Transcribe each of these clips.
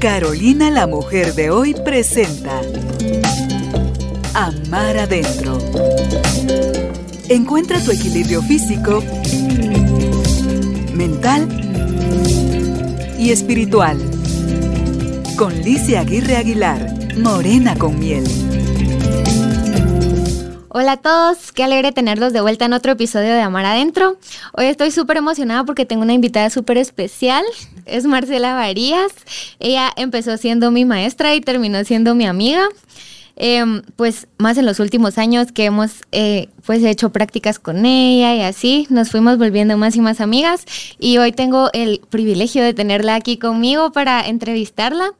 Carolina la Mujer de hoy presenta Amar Adentro. Encuentra tu equilibrio físico, mental y espiritual. Con Licia Aguirre Aguilar, Morena con Miel. Hola a todos, qué alegre tenerlos de vuelta en otro episodio de Amar Adentro. Hoy estoy súper emocionada porque tengo una invitada súper especial, es Marcela Varías. Ella empezó siendo mi maestra y terminó siendo mi amiga. Eh, pues más en los últimos años que hemos eh, pues hecho prácticas con ella y así, nos fuimos volviendo más y más amigas y hoy tengo el privilegio de tenerla aquí conmigo para entrevistarla.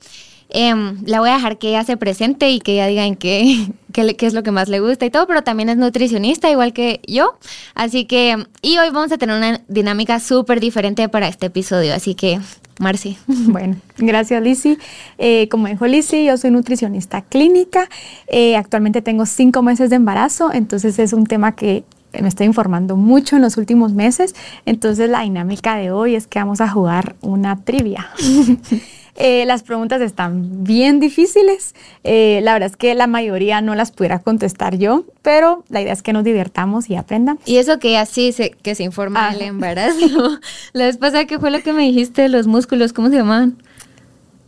Eh, la voy a dejar que ella se presente y que ella diga en qué, qué, qué, es lo que más le gusta y todo, pero también es nutricionista, igual que yo. Así que, y hoy vamos a tener una dinámica súper diferente para este episodio, así que, Marci. Bueno, gracias, Lisi. Eh, como dijo Lisi, yo soy nutricionista clínica. Eh, actualmente tengo cinco meses de embarazo, entonces es un tema que me estoy informando mucho en los últimos meses. Entonces, la dinámica de hoy es que vamos a jugar una trivia. Eh, las preguntas están bien difíciles. Eh, la verdad es que la mayoría no las pudiera contestar yo, pero la idea es que nos divertamos y aprendan. Y eso que así se, que se informa del embarazo. la vez pasada, ¿qué fue lo que me dijiste de los músculos? ¿Cómo se llamaban?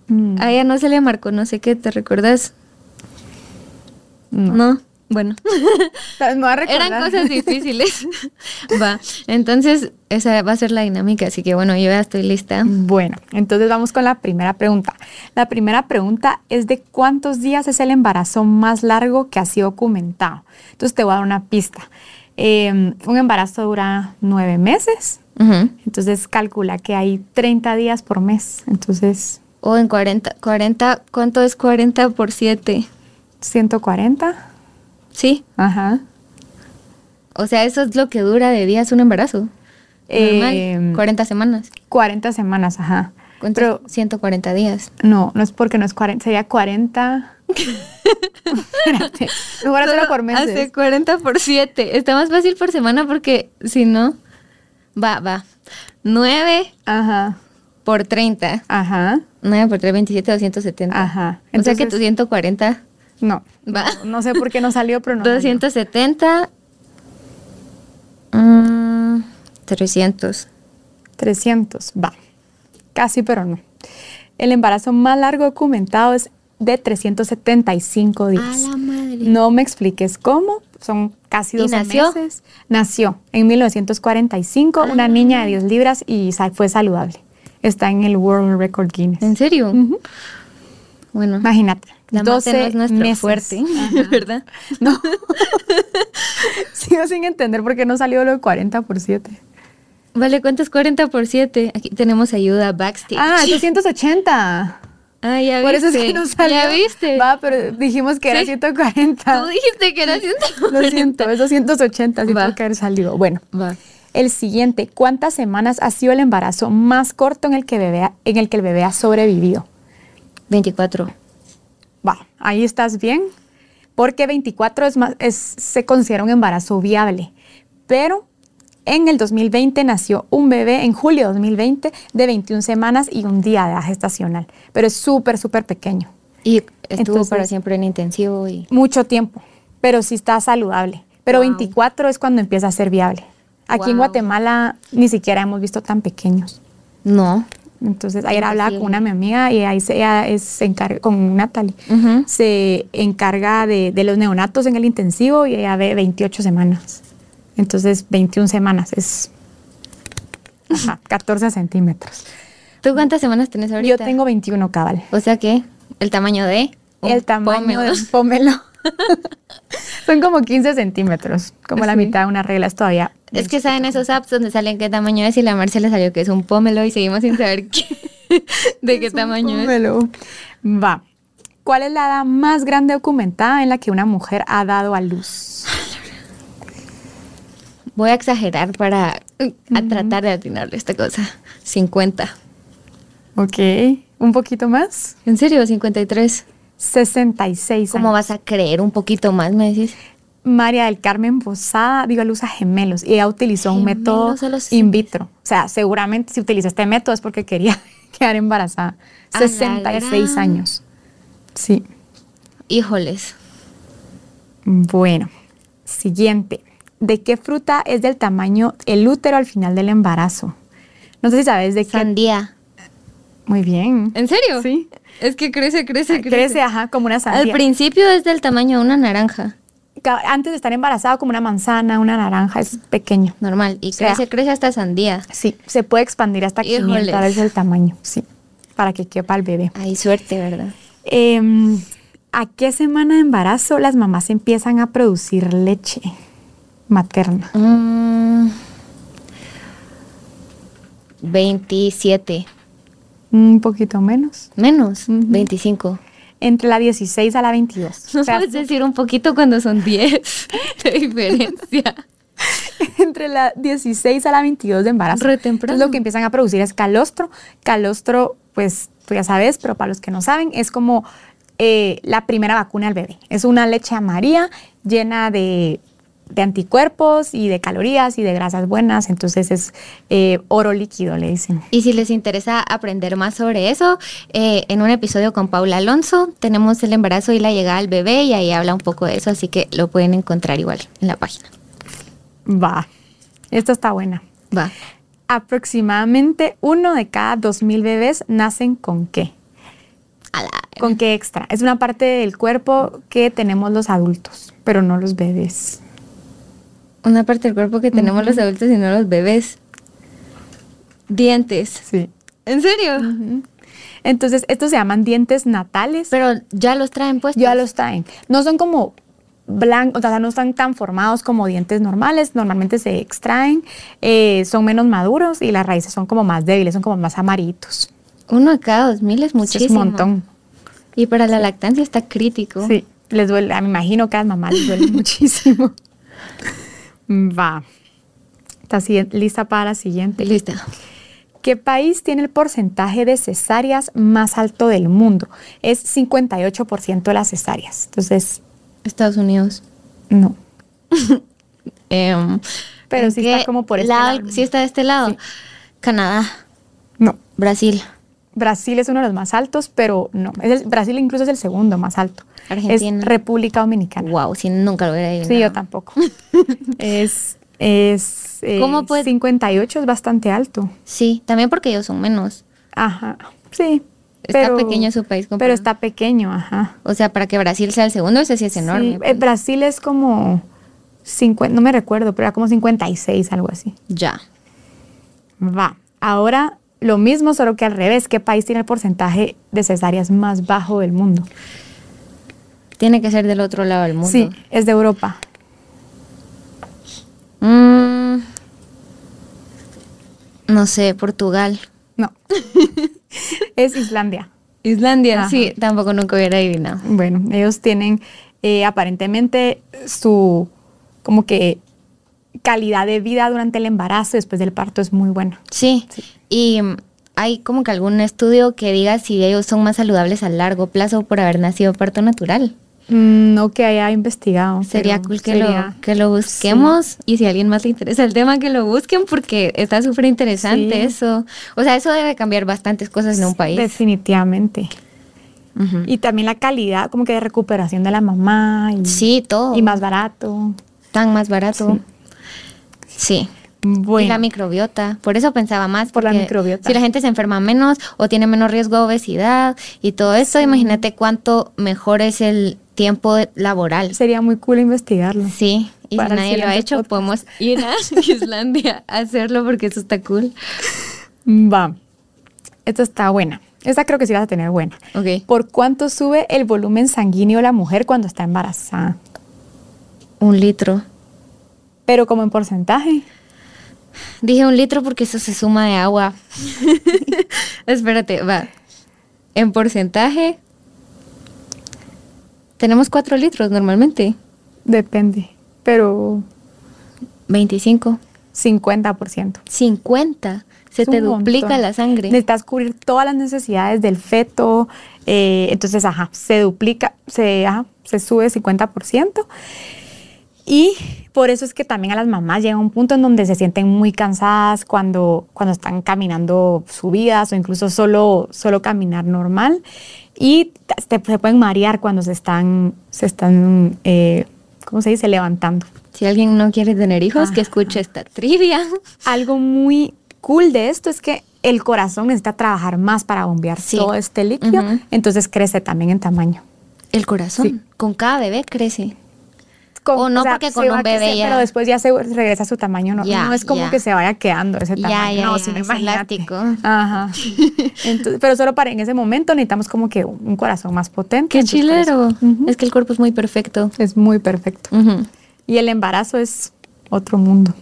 Mm. A ella no se le marcó, no sé qué, ¿te recuerdas? no. ¿No? Bueno, eran cosas difíciles. va, entonces esa va a ser la dinámica, así que bueno, yo ya estoy lista. Bueno, entonces vamos con la primera pregunta. La primera pregunta es de cuántos días es el embarazo más largo que ha sido documentado. Entonces te voy a dar una pista. Eh, un embarazo dura nueve meses, uh -huh. entonces calcula que hay 30 días por mes. Entonces... O oh, en 40, 40, ¿cuánto es 40 por 7? 140. Sí. Ajá. O sea, eso es lo que dura de días un embarazo. Normal. Eh, 40 semanas. 40 Em, semanas, ajá. Pero, 140 días. No, no es porque no es 40, sería 40. Espérate. Mejor hacerlo por meses. Hace 40 por 7. Está más fácil por semana porque si no. Va, va. 9. Ajá por 30. Ajá. 9 por 3, 27, 270. Ajá. Entonces, o sea que tu 140. No, no. No, sé por qué no salió, pero no. 270. Mmm, 300. 300, va. Casi, pero no. El embarazo más largo documentado es de 375 días. A la madre. No me expliques cómo, son casi 12 nació? meses. Nació en 1945, Ay. una niña de 10 libras y fue saludable está en el World Record Guinness. ¿En serio? Uh -huh. Bueno. Imagínate. La 12 no es nuestro meses. fuerte, Ajá. ¿verdad? No. Sigo sin entender por qué no salió lo de 40 por 7. Vale, ¿cuánto es 40 por 7? Aquí tenemos ayuda backstage. Ah, 380. Ah, ya viste. Por eso es que no salió. Ya viste. Va, pero dijimos que sí. era 140. Tú dijiste que era 140. Lo siento, es 280, así Va. que haber salido. Bueno. Va el siguiente, ¿cuántas semanas ha sido el embarazo más corto en el que, bebé, en el, que el bebé ha sobrevivido? 24. Va, ahí estás bien, porque 24 es más, es, se considera un embarazo viable, pero en el 2020 nació un bebé, en julio de 2020, de 21 semanas y un día de edad gestacional, pero es súper, súper pequeño. Y estuvo Entonces, para siempre en intensivo y... Mucho tiempo, pero sí está saludable. Pero wow. 24 es cuando empieza a ser viable. Aquí wow. en Guatemala ni siquiera hemos visto tan pequeños. No. Entonces, ayer no, hablaba sí. con una mi amiga y ahí se, ella es, se encarga, con Natalie, uh -huh. se encarga de, de, los neonatos en el intensivo y ella ve 28 semanas. Entonces, 21 semanas es ajá, 14 centímetros. ¿Tú cuántas semanas tenés ahorita? Yo tengo 21 cabal. O sea que el tamaño de... Un el tamaño pomelo. de un pomelo. Son como 15 centímetros, como sí. la mitad de una regla es todavía. Es que saben esos apps donde salen qué tamaño es y la Marcela salió que es un pomelo y seguimos sin saber qué, de qué es tamaño un pomelo. es. Va. ¿Cuál es la edad más grande documentada en la que una mujer ha dado a luz? Voy a exagerar para uh, uh -huh. a tratar de atinarle esta cosa. 50. Ok. ¿Un poquito más? ¿En serio? 53. 66. ¿Cómo años. vas a creer un poquito más, me decís? María del Carmen Posada dio a luz a gemelos y ella utilizó Gemelos un método a los in vitro. O sea, seguramente si utilizó este método es porque quería quedar embarazada. A la 66 gran. años. Sí. Híjoles. Bueno, siguiente. ¿De qué fruta es del tamaño el útero al final del embarazo? No sé si sabes de qué. Sandía. Muy bien. ¿En serio? Sí. Es que crece, crece, crece. Crece, ajá, como una Al sandía. principio es del tamaño de una naranja. Ca- Antes de estar embarazada, como una manzana, una naranja, es pequeño. Normal. Y O sea, crece, crece hasta sandía. Sí, se puede expandir hasta 500 Híjoles. veces el tamaño, sí, para que quepa el bebé. Hay suerte, ¿verdad? Em, ¿A qué semana de embarazo las mamás empiezan a producir leche materna? Mm. 27. Un poquito menos. Menos. Ujú. 25. Entre la 16 a la 22. No O sea, puedes decir un poquito cuando son 10 de diferencia. entre la 16 a la 22 de embarazo. Re temprano. Entonces, lo que empiezan a producir es calostro. Calostro, pues tú ya sabes, pero para los que no saben, es como eh, la primera vacuna al bebé. Es una leche amarilla llena de, de anticuerpos y de calorías y de grasas buenas. Entonces es eh, oro líquido, le dicen. Y si les interesa aprender más sobre eso, eh, en un episodio con Paula Alonso tenemos el embarazo y la llegada al bebé y ahí habla un poco de eso, así que lo pueden encontrar igual en la página. Va. Esta está buena. Va. Aproximadamente uno de cada dos mil bebés nacen con qué? A la- ¿Con qué extra? Es una parte del cuerpo que tenemos los adultos, pero no los bebés. una parte del cuerpo que tenemos los adultos y no los bebés. Dientes. Sí. ¿En serio? Entonces, estos se llaman dientes natales. Pero ya los traen puestos. ya los traen. No son como blancos, o sea, no están tan formados como dientes normales. Normalmente se extraen, eh, son menos maduros y las raíces son como más débiles, son como más amarillitos. Uno a cada dos mil es Sí, muchísimo. Es un montón. Y para la lactancia está crítico. Sí, les duele, ah, me imagino que a las mamás les duele muchísimo. Va. ¿Estás siguien- lista para la siguiente? Listo. ¿Qué país tiene el porcentaje de cesáreas más alto del mundo? Es 58% de las cesáreas. Entonces, Estados Unidos. no. Em, Pero ¿en sí está qué como por este lado- lado del Sí está de este lado. Canadá, No. Brasil. Brasil es uno de los más altos, pero no. Es el- Brasil incluso es el segundo más alto. Argentina. Es República Dominicana. Wow, si nunca lo hubiera adivinado. Sí, yo tampoco. es es eh, ¿Cómo puede- 58 es bastante alto. Sí, también porque ellos son menos. Ajá. Sí. Está pequeño su país Pero comparado. está pequeño, ajá. O sea, para que Brasil sea el segundo, ese sí es enorme. Sí, eh, pues. Brasil es como 50, no me recuerdo, pero era como 56, algo así. Ya. Va. Ahora lo mismo, solo que al revés. ¿Qué país tiene el porcentaje de cesáreas más bajo del mundo? Tiene que ser del otro lado del mundo. Sí, es de Europa. Mm, no sé, Portugal. No. es Islandia. Islandia. Ajá. Sí, tampoco nunca hubiera adivinado. Bueno, ellos tienen eh, aparentemente su como que calidad de vida durante el embarazo y después del parto es muy buena. Sí. Y mm, hay como que algún estudio que diga si ellos son más saludables a largo plazo por haber nacido parto natural. Mm, No que haya investigado. Sería pero cool que, sería- lo, que lo busquemos y si a alguien más le interesa el tema, que lo busquen porque está súper interesante Sí. eso. O sea, eso debe cambiar bastantes cosas en un país. Definitivamente. Ujú. Y también la calidad como que de recuperación de la mamá y, Sí, todo. y más barato. Tan más barato. sí. Bueno, Y la microbiota. Por eso pensaba más. Por la porque microbiota. Si la gente se enferma menos o tiene menos riesgo de obesidad y todo eso, imagínate cuánto mejor es el tiempo de- laboral. Sí. sería muy cool investigarlo. Y Para si nadie el lo ha siguiente hecho, podcast. podemos ir a Islandia a hacerlo porque eso está cool. Va. Esta está buena. Esta creo que sí vas a tener buena. Ok. ¿Por cuánto sube el volumen sanguíneo la mujer cuando está embarazada? Un litro. Pero como en porcentaje. Dije un litro porque eso se suma de agua. Espérate, va. En porcentaje. Tenemos cuatro litros normalmente. Depende. Pero 25. 50%. 50. Se Es te un duplica montón. la sangre. Necesitas cubrir todas las necesidades del feto. eh, entonces, ajá, se duplica, se, ajá, se sube 50%. Y por eso es que también a las mamás llega un punto en donde se sienten muy cansadas cuando, cuando están caminando subidas o incluso solo, solo caminar normal. Y te- se pueden marear cuando se están, se están eh, ¿cómo se dice?, levantando. Si alguien no quiere tener hijos, que Ajá. escuche esta trivia. Algo muy cool de esto es que el corazón necesita trabajar más para bombear Sí. todo este líquido, Ujú. entonces crece también en tamaño. El corazón, con cada bebé crece. Con- O no, porque se con un va a bebé crecer, ya. Pero después ya se regresa a su tamaño normal. Ya, no es como ya. que se vaya quedando ese Ya, tamaño. ya, no, ya, sino es imagínate. elástico. Ajá. Entonces, pero solo para en ese momento necesitamos como que un un corazón más potente. Qué entonces por chilero. eso- Ujú. Es que el cuerpo es muy perfecto. Es muy perfecto. Ujú. Y el embarazo es otro mundo.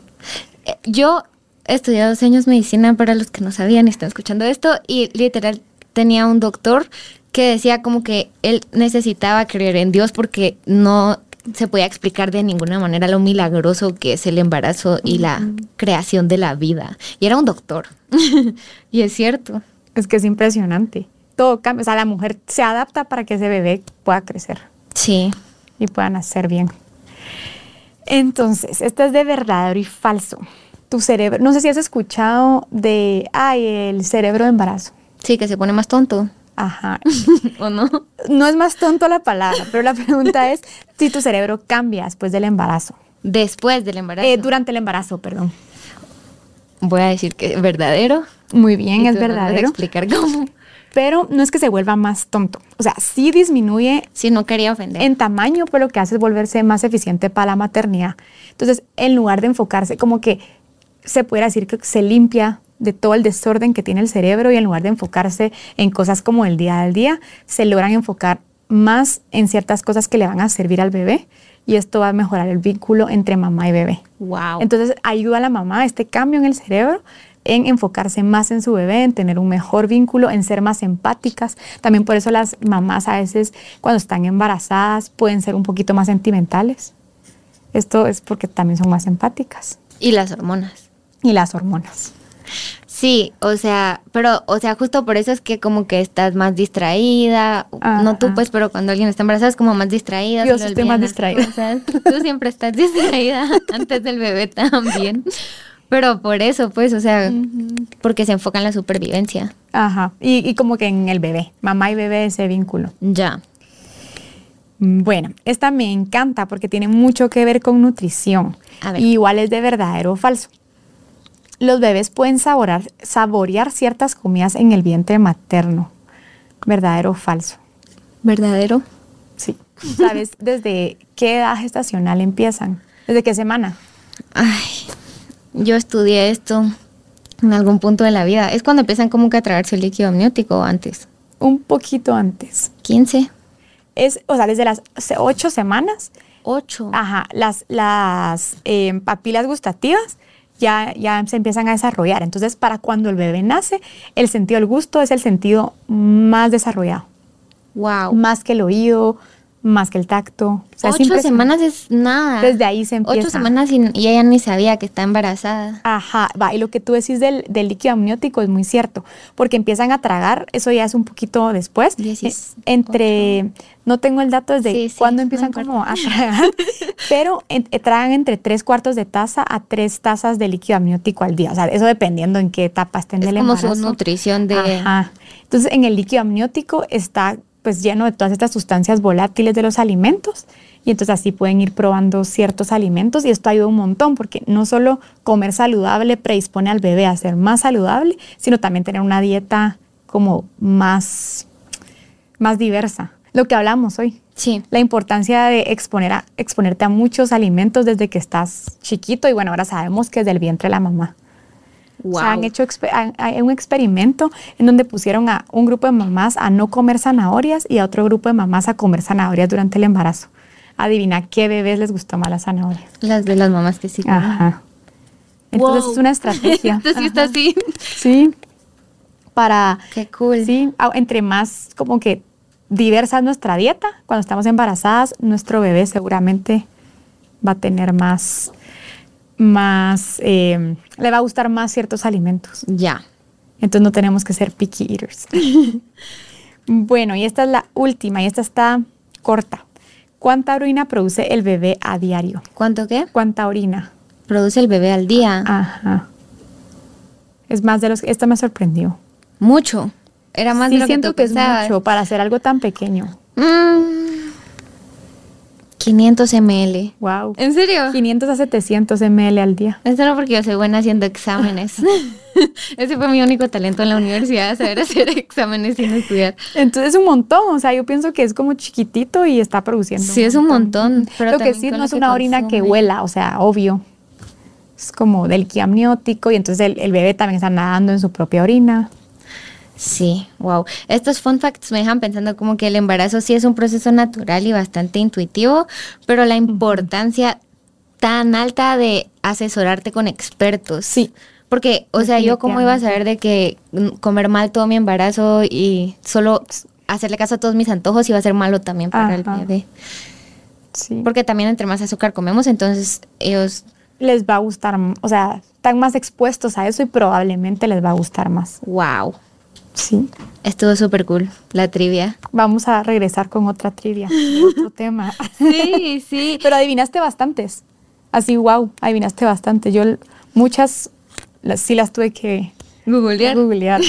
Eh, Yo estudié dos años medicina para los que no sabían y están escuchando esto y literal tenía un doctor que decía como que él necesitaba creer en Dios porque no se podía explicar de ninguna manera lo milagroso que es el embarazo y la creación de la vida. Y era un doctor. y es cierto. Es que es impresionante. Todo cambia. O sea, la mujer se adapta para que ese bebé pueda crecer Sí. y pueda nacer bien. Entonces, esto es de verdadero y falso. Tu cerebro, no sé si has escuchado de, ay, el cerebro de embarazo. Sí, que se pone más tonto. Ajá. ¿O no? No es más tonto la palabra, pero la pregunta es si tu cerebro cambia después del embarazo. Después del embarazo. Eh, durante el embarazo, perdón. Voy a decir que es verdadero. Muy bien, Y es tú nos vas a verdadero. explicar cómo. Pero no es que se vuelva más tonto. O sea, sí disminuye Si no quería ofender. en tamaño, pero lo que hace es volverse más eficiente para la maternidad. Entonces, en lugar de enfocarse, como que se pudiera decir que se limpia de todo el desorden que tiene el cerebro y en lugar de enfocarse en cosas como el día al día, se logran enfocar más en ciertas cosas que le van a servir al bebé y esto va a mejorar el vínculo entre mamá y bebé. wow. Entonces ayuda a la mamá este cambio en el cerebro en enfocarse más en su bebé, en tener un mejor vínculo, en ser más empáticas. También por eso las mamás a veces cuando están embarazadas pueden ser un poquito más sentimentales. Esto es porque también son más empáticas. Y las hormonas. Y las hormonas. Sí, o sea, pero, o sea, justo por eso es que como que estás más distraída, no tú Ajá. pues, pero cuando alguien está embarazada es como más distraída. Yo se le sí estoy más olvidan las cosas. Tú siempre estás distraída antes del bebé también, pero por eso pues, o sea, porque se enfoca en la supervivencia. Ajá. Y, y como que en el bebé, mamá y bebé ese vínculo. Ya. Bueno, esta me encanta porque tiene mucho que ver con nutrición. A ver. Y Igual es de verdadero o falso. Los bebés pueden saborar, saborear ciertas comidas en el vientre materno. ¿Verdadero o falso? ¿Verdadero? Sí. ¿Sabes desde qué edad gestacional empiezan? ¿Desde qué semana? Ay, yo estudié esto en algún punto de la vida. Es cuando empiezan como que a tragarse el líquido amniótico o antes. Un poquito antes. 15, Ah. Es, o sea, desde las se- ocho semanas 8. Ajá, las, las eh, papilas gustativas ya, ya se empiezan a desarrollar. Entonces, para cuando el bebé nace, el sentido del gusto es el sentido más desarrollado. Wow. Más que el oído, más que el tacto. O sea, es ocho impresionante. semanas es nada. Desde ahí se empieza. Ocho semanas y, y ella ni sabía que está embarazada. Ajá, va, y lo que tú decís del, del líquido amniótico es muy cierto, porque empiezan a tragar, eso ya es un poquito después, Diecis- eh, entre, no tengo el dato desde Sí, sí, cuándo no empiezan importa. como a tragar, pero en- eh, tragan entre tres cuartos de taza a tres tazas de líquido amniótico al día, o sea, eso dependiendo en qué etapa estén Es del como embarazo. su nutrición de... Ajá. Entonces, en el líquido amniótico está pues lleno de todas estas sustancias volátiles de los alimentos y entonces así pueden ir probando ciertos alimentos y esto ayuda un montón porque no solo comer saludable predispone al bebé a ser más saludable, sino también tener una dieta como más más diversa. Lo que hablamos hoy, Sí. la importancia de exponer a- exponerte a muchos alimentos desde que estás chiquito y bueno, ahora sabemos que desde el vientre de la mamá. O Wow. sea, han hecho expe- han- hay un experimento en donde pusieron a un grupo de mamás a no comer zanahorias y a otro grupo de mamás a comer zanahorias durante el embarazo. Adivina qué bebés les gustó más la zanahoria. Las de las mamás que sí. comen. Ajá. Entonces Wow. es una estrategia. Esto sí está Ajá. así. Sí. Para Qué cool. Sí, a- entre más como que diversa es nuestra dieta, cuando estamos embarazadas, nuestro bebé seguramente va a tener más, más, eh, le va a gustar más ciertos alimentos. Ya. Entonces no tenemos que ser picky eaters. bueno, y esta es la última, y esta está corta. ¿Cuánta orina produce el bebé a diario? ¿Cuánto qué? ¿Cuánta orina? Produce el bebé al día. Ah. Ajá. Es más de los que. Esta me sorprendió. Mucho. Era más Sí, de lo siento que, tú que es pensabas. mucho para hacer algo tan pequeño. Mm, 500 ml. Wow. ¿En serio? 500 a 700 ml al día. Es solo porque yo soy buena haciendo exámenes. Ese fue mi único talento en la universidad, saber hacer exámenes sin estudiar. Entonces es un montón, o sea, yo pienso que es como chiquitito y está produciendo. Sí, es un montón. Pero lo que también sí con no es que una orina que consume. huela, o sea, obvio. Es como del amniótico y entonces el, el bebé también está nadando en su propia orina. Sí, wow. Estos fun facts me dejan pensando como que el embarazo sí es un proceso natural y bastante intuitivo, pero la importancia tan alta de asesorarte con expertos. Sí. Porque, o sea, yo cómo iba a saber de que mm, comer mal todo mi embarazo y solo hacerle caso a todos mis antojos iba a ser malo también para Ajá. el bebé. Sí. Porque Porque también entre más azúcar comemos, entonces ellos, les va a gustar, m- o sea, están más expuestos a eso y probablemente les va a gustar más. wow, Sí. estuvo súper cool la trivia. Vamos a regresar con otra trivia, de otro tema. Sí, sí. Pero adivinaste bastantes. Así, wow, adivinaste bastante. Yo l- muchas las, sí las tuve que Googlear. googlear.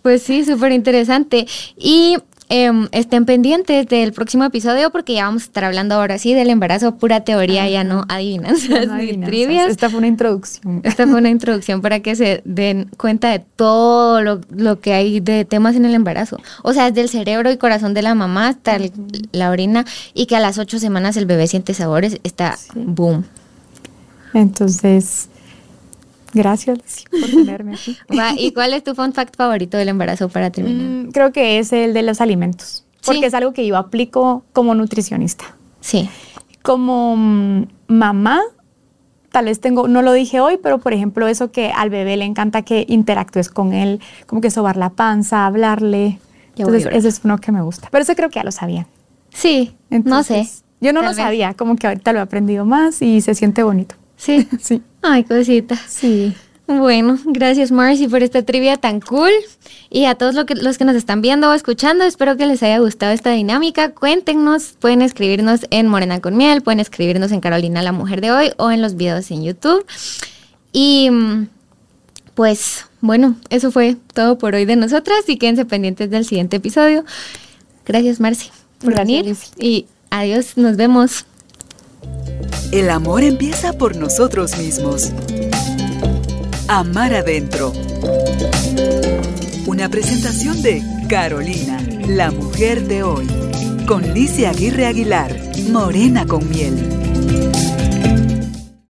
Pues sí, súper interesante. Y em, estén pendientes del próximo episodio porque ya vamos a estar hablando ahora sí del embarazo, pura teoría, ya no adivinanzas No ni adivinanzas. trivias. Esta fue una introducción. Esta fue una introducción para que se den cuenta de todo lo, lo que hay de temas en el embarazo. O sea, desde el cerebro y corazón de la mamá hasta el- la orina y que a las ocho semanas el bebé siente sabores, está boom. Entonces, gracias Lizy, por tenerme aquí. Va, ¿Y cuál es tu fun fact favorito del embarazo para terminar? Mm, Creo que es el de los alimentos, porque Sí. es algo que yo aplico como nutricionista. Sí. Como mm, mamá, tal vez tengo, no lo dije hoy, pero por ejemplo eso que al bebé le encanta que interactúes con él, como que sobar la panza, hablarle. Ya voy a Entonces, llorar. ese es uno que me gusta. Pero eso creo que ya lo sabían. Sí, no sé. Entonces, Yo no Tal vez. lo sabía, como que ahorita lo he aprendido más y se siente bonito. Sí. Sí. Ay, cosita. Sí. Bueno, gracias Marcy por esta trivia tan cool. Y a todos lo que- los que nos están viendo o escuchando, espero que les haya gustado esta dinámica. Cuéntenos, pueden escribirnos en Morena con Miel, pueden escribirnos en Carolina la Mujer de Hoy o en los videos en YouTube. Y mm, pues bueno, eso fue todo por hoy de nosotras y quédense pendientes del siguiente episodio. Gracias Marcy por Gracias, venir Lizy. y adiós, nos vemos. El amor empieza por nosotros mismos. Amar adentro. Una presentación de Carolina, la mujer de hoy, con Licia Aguirre Aguilar, Morena con Miel.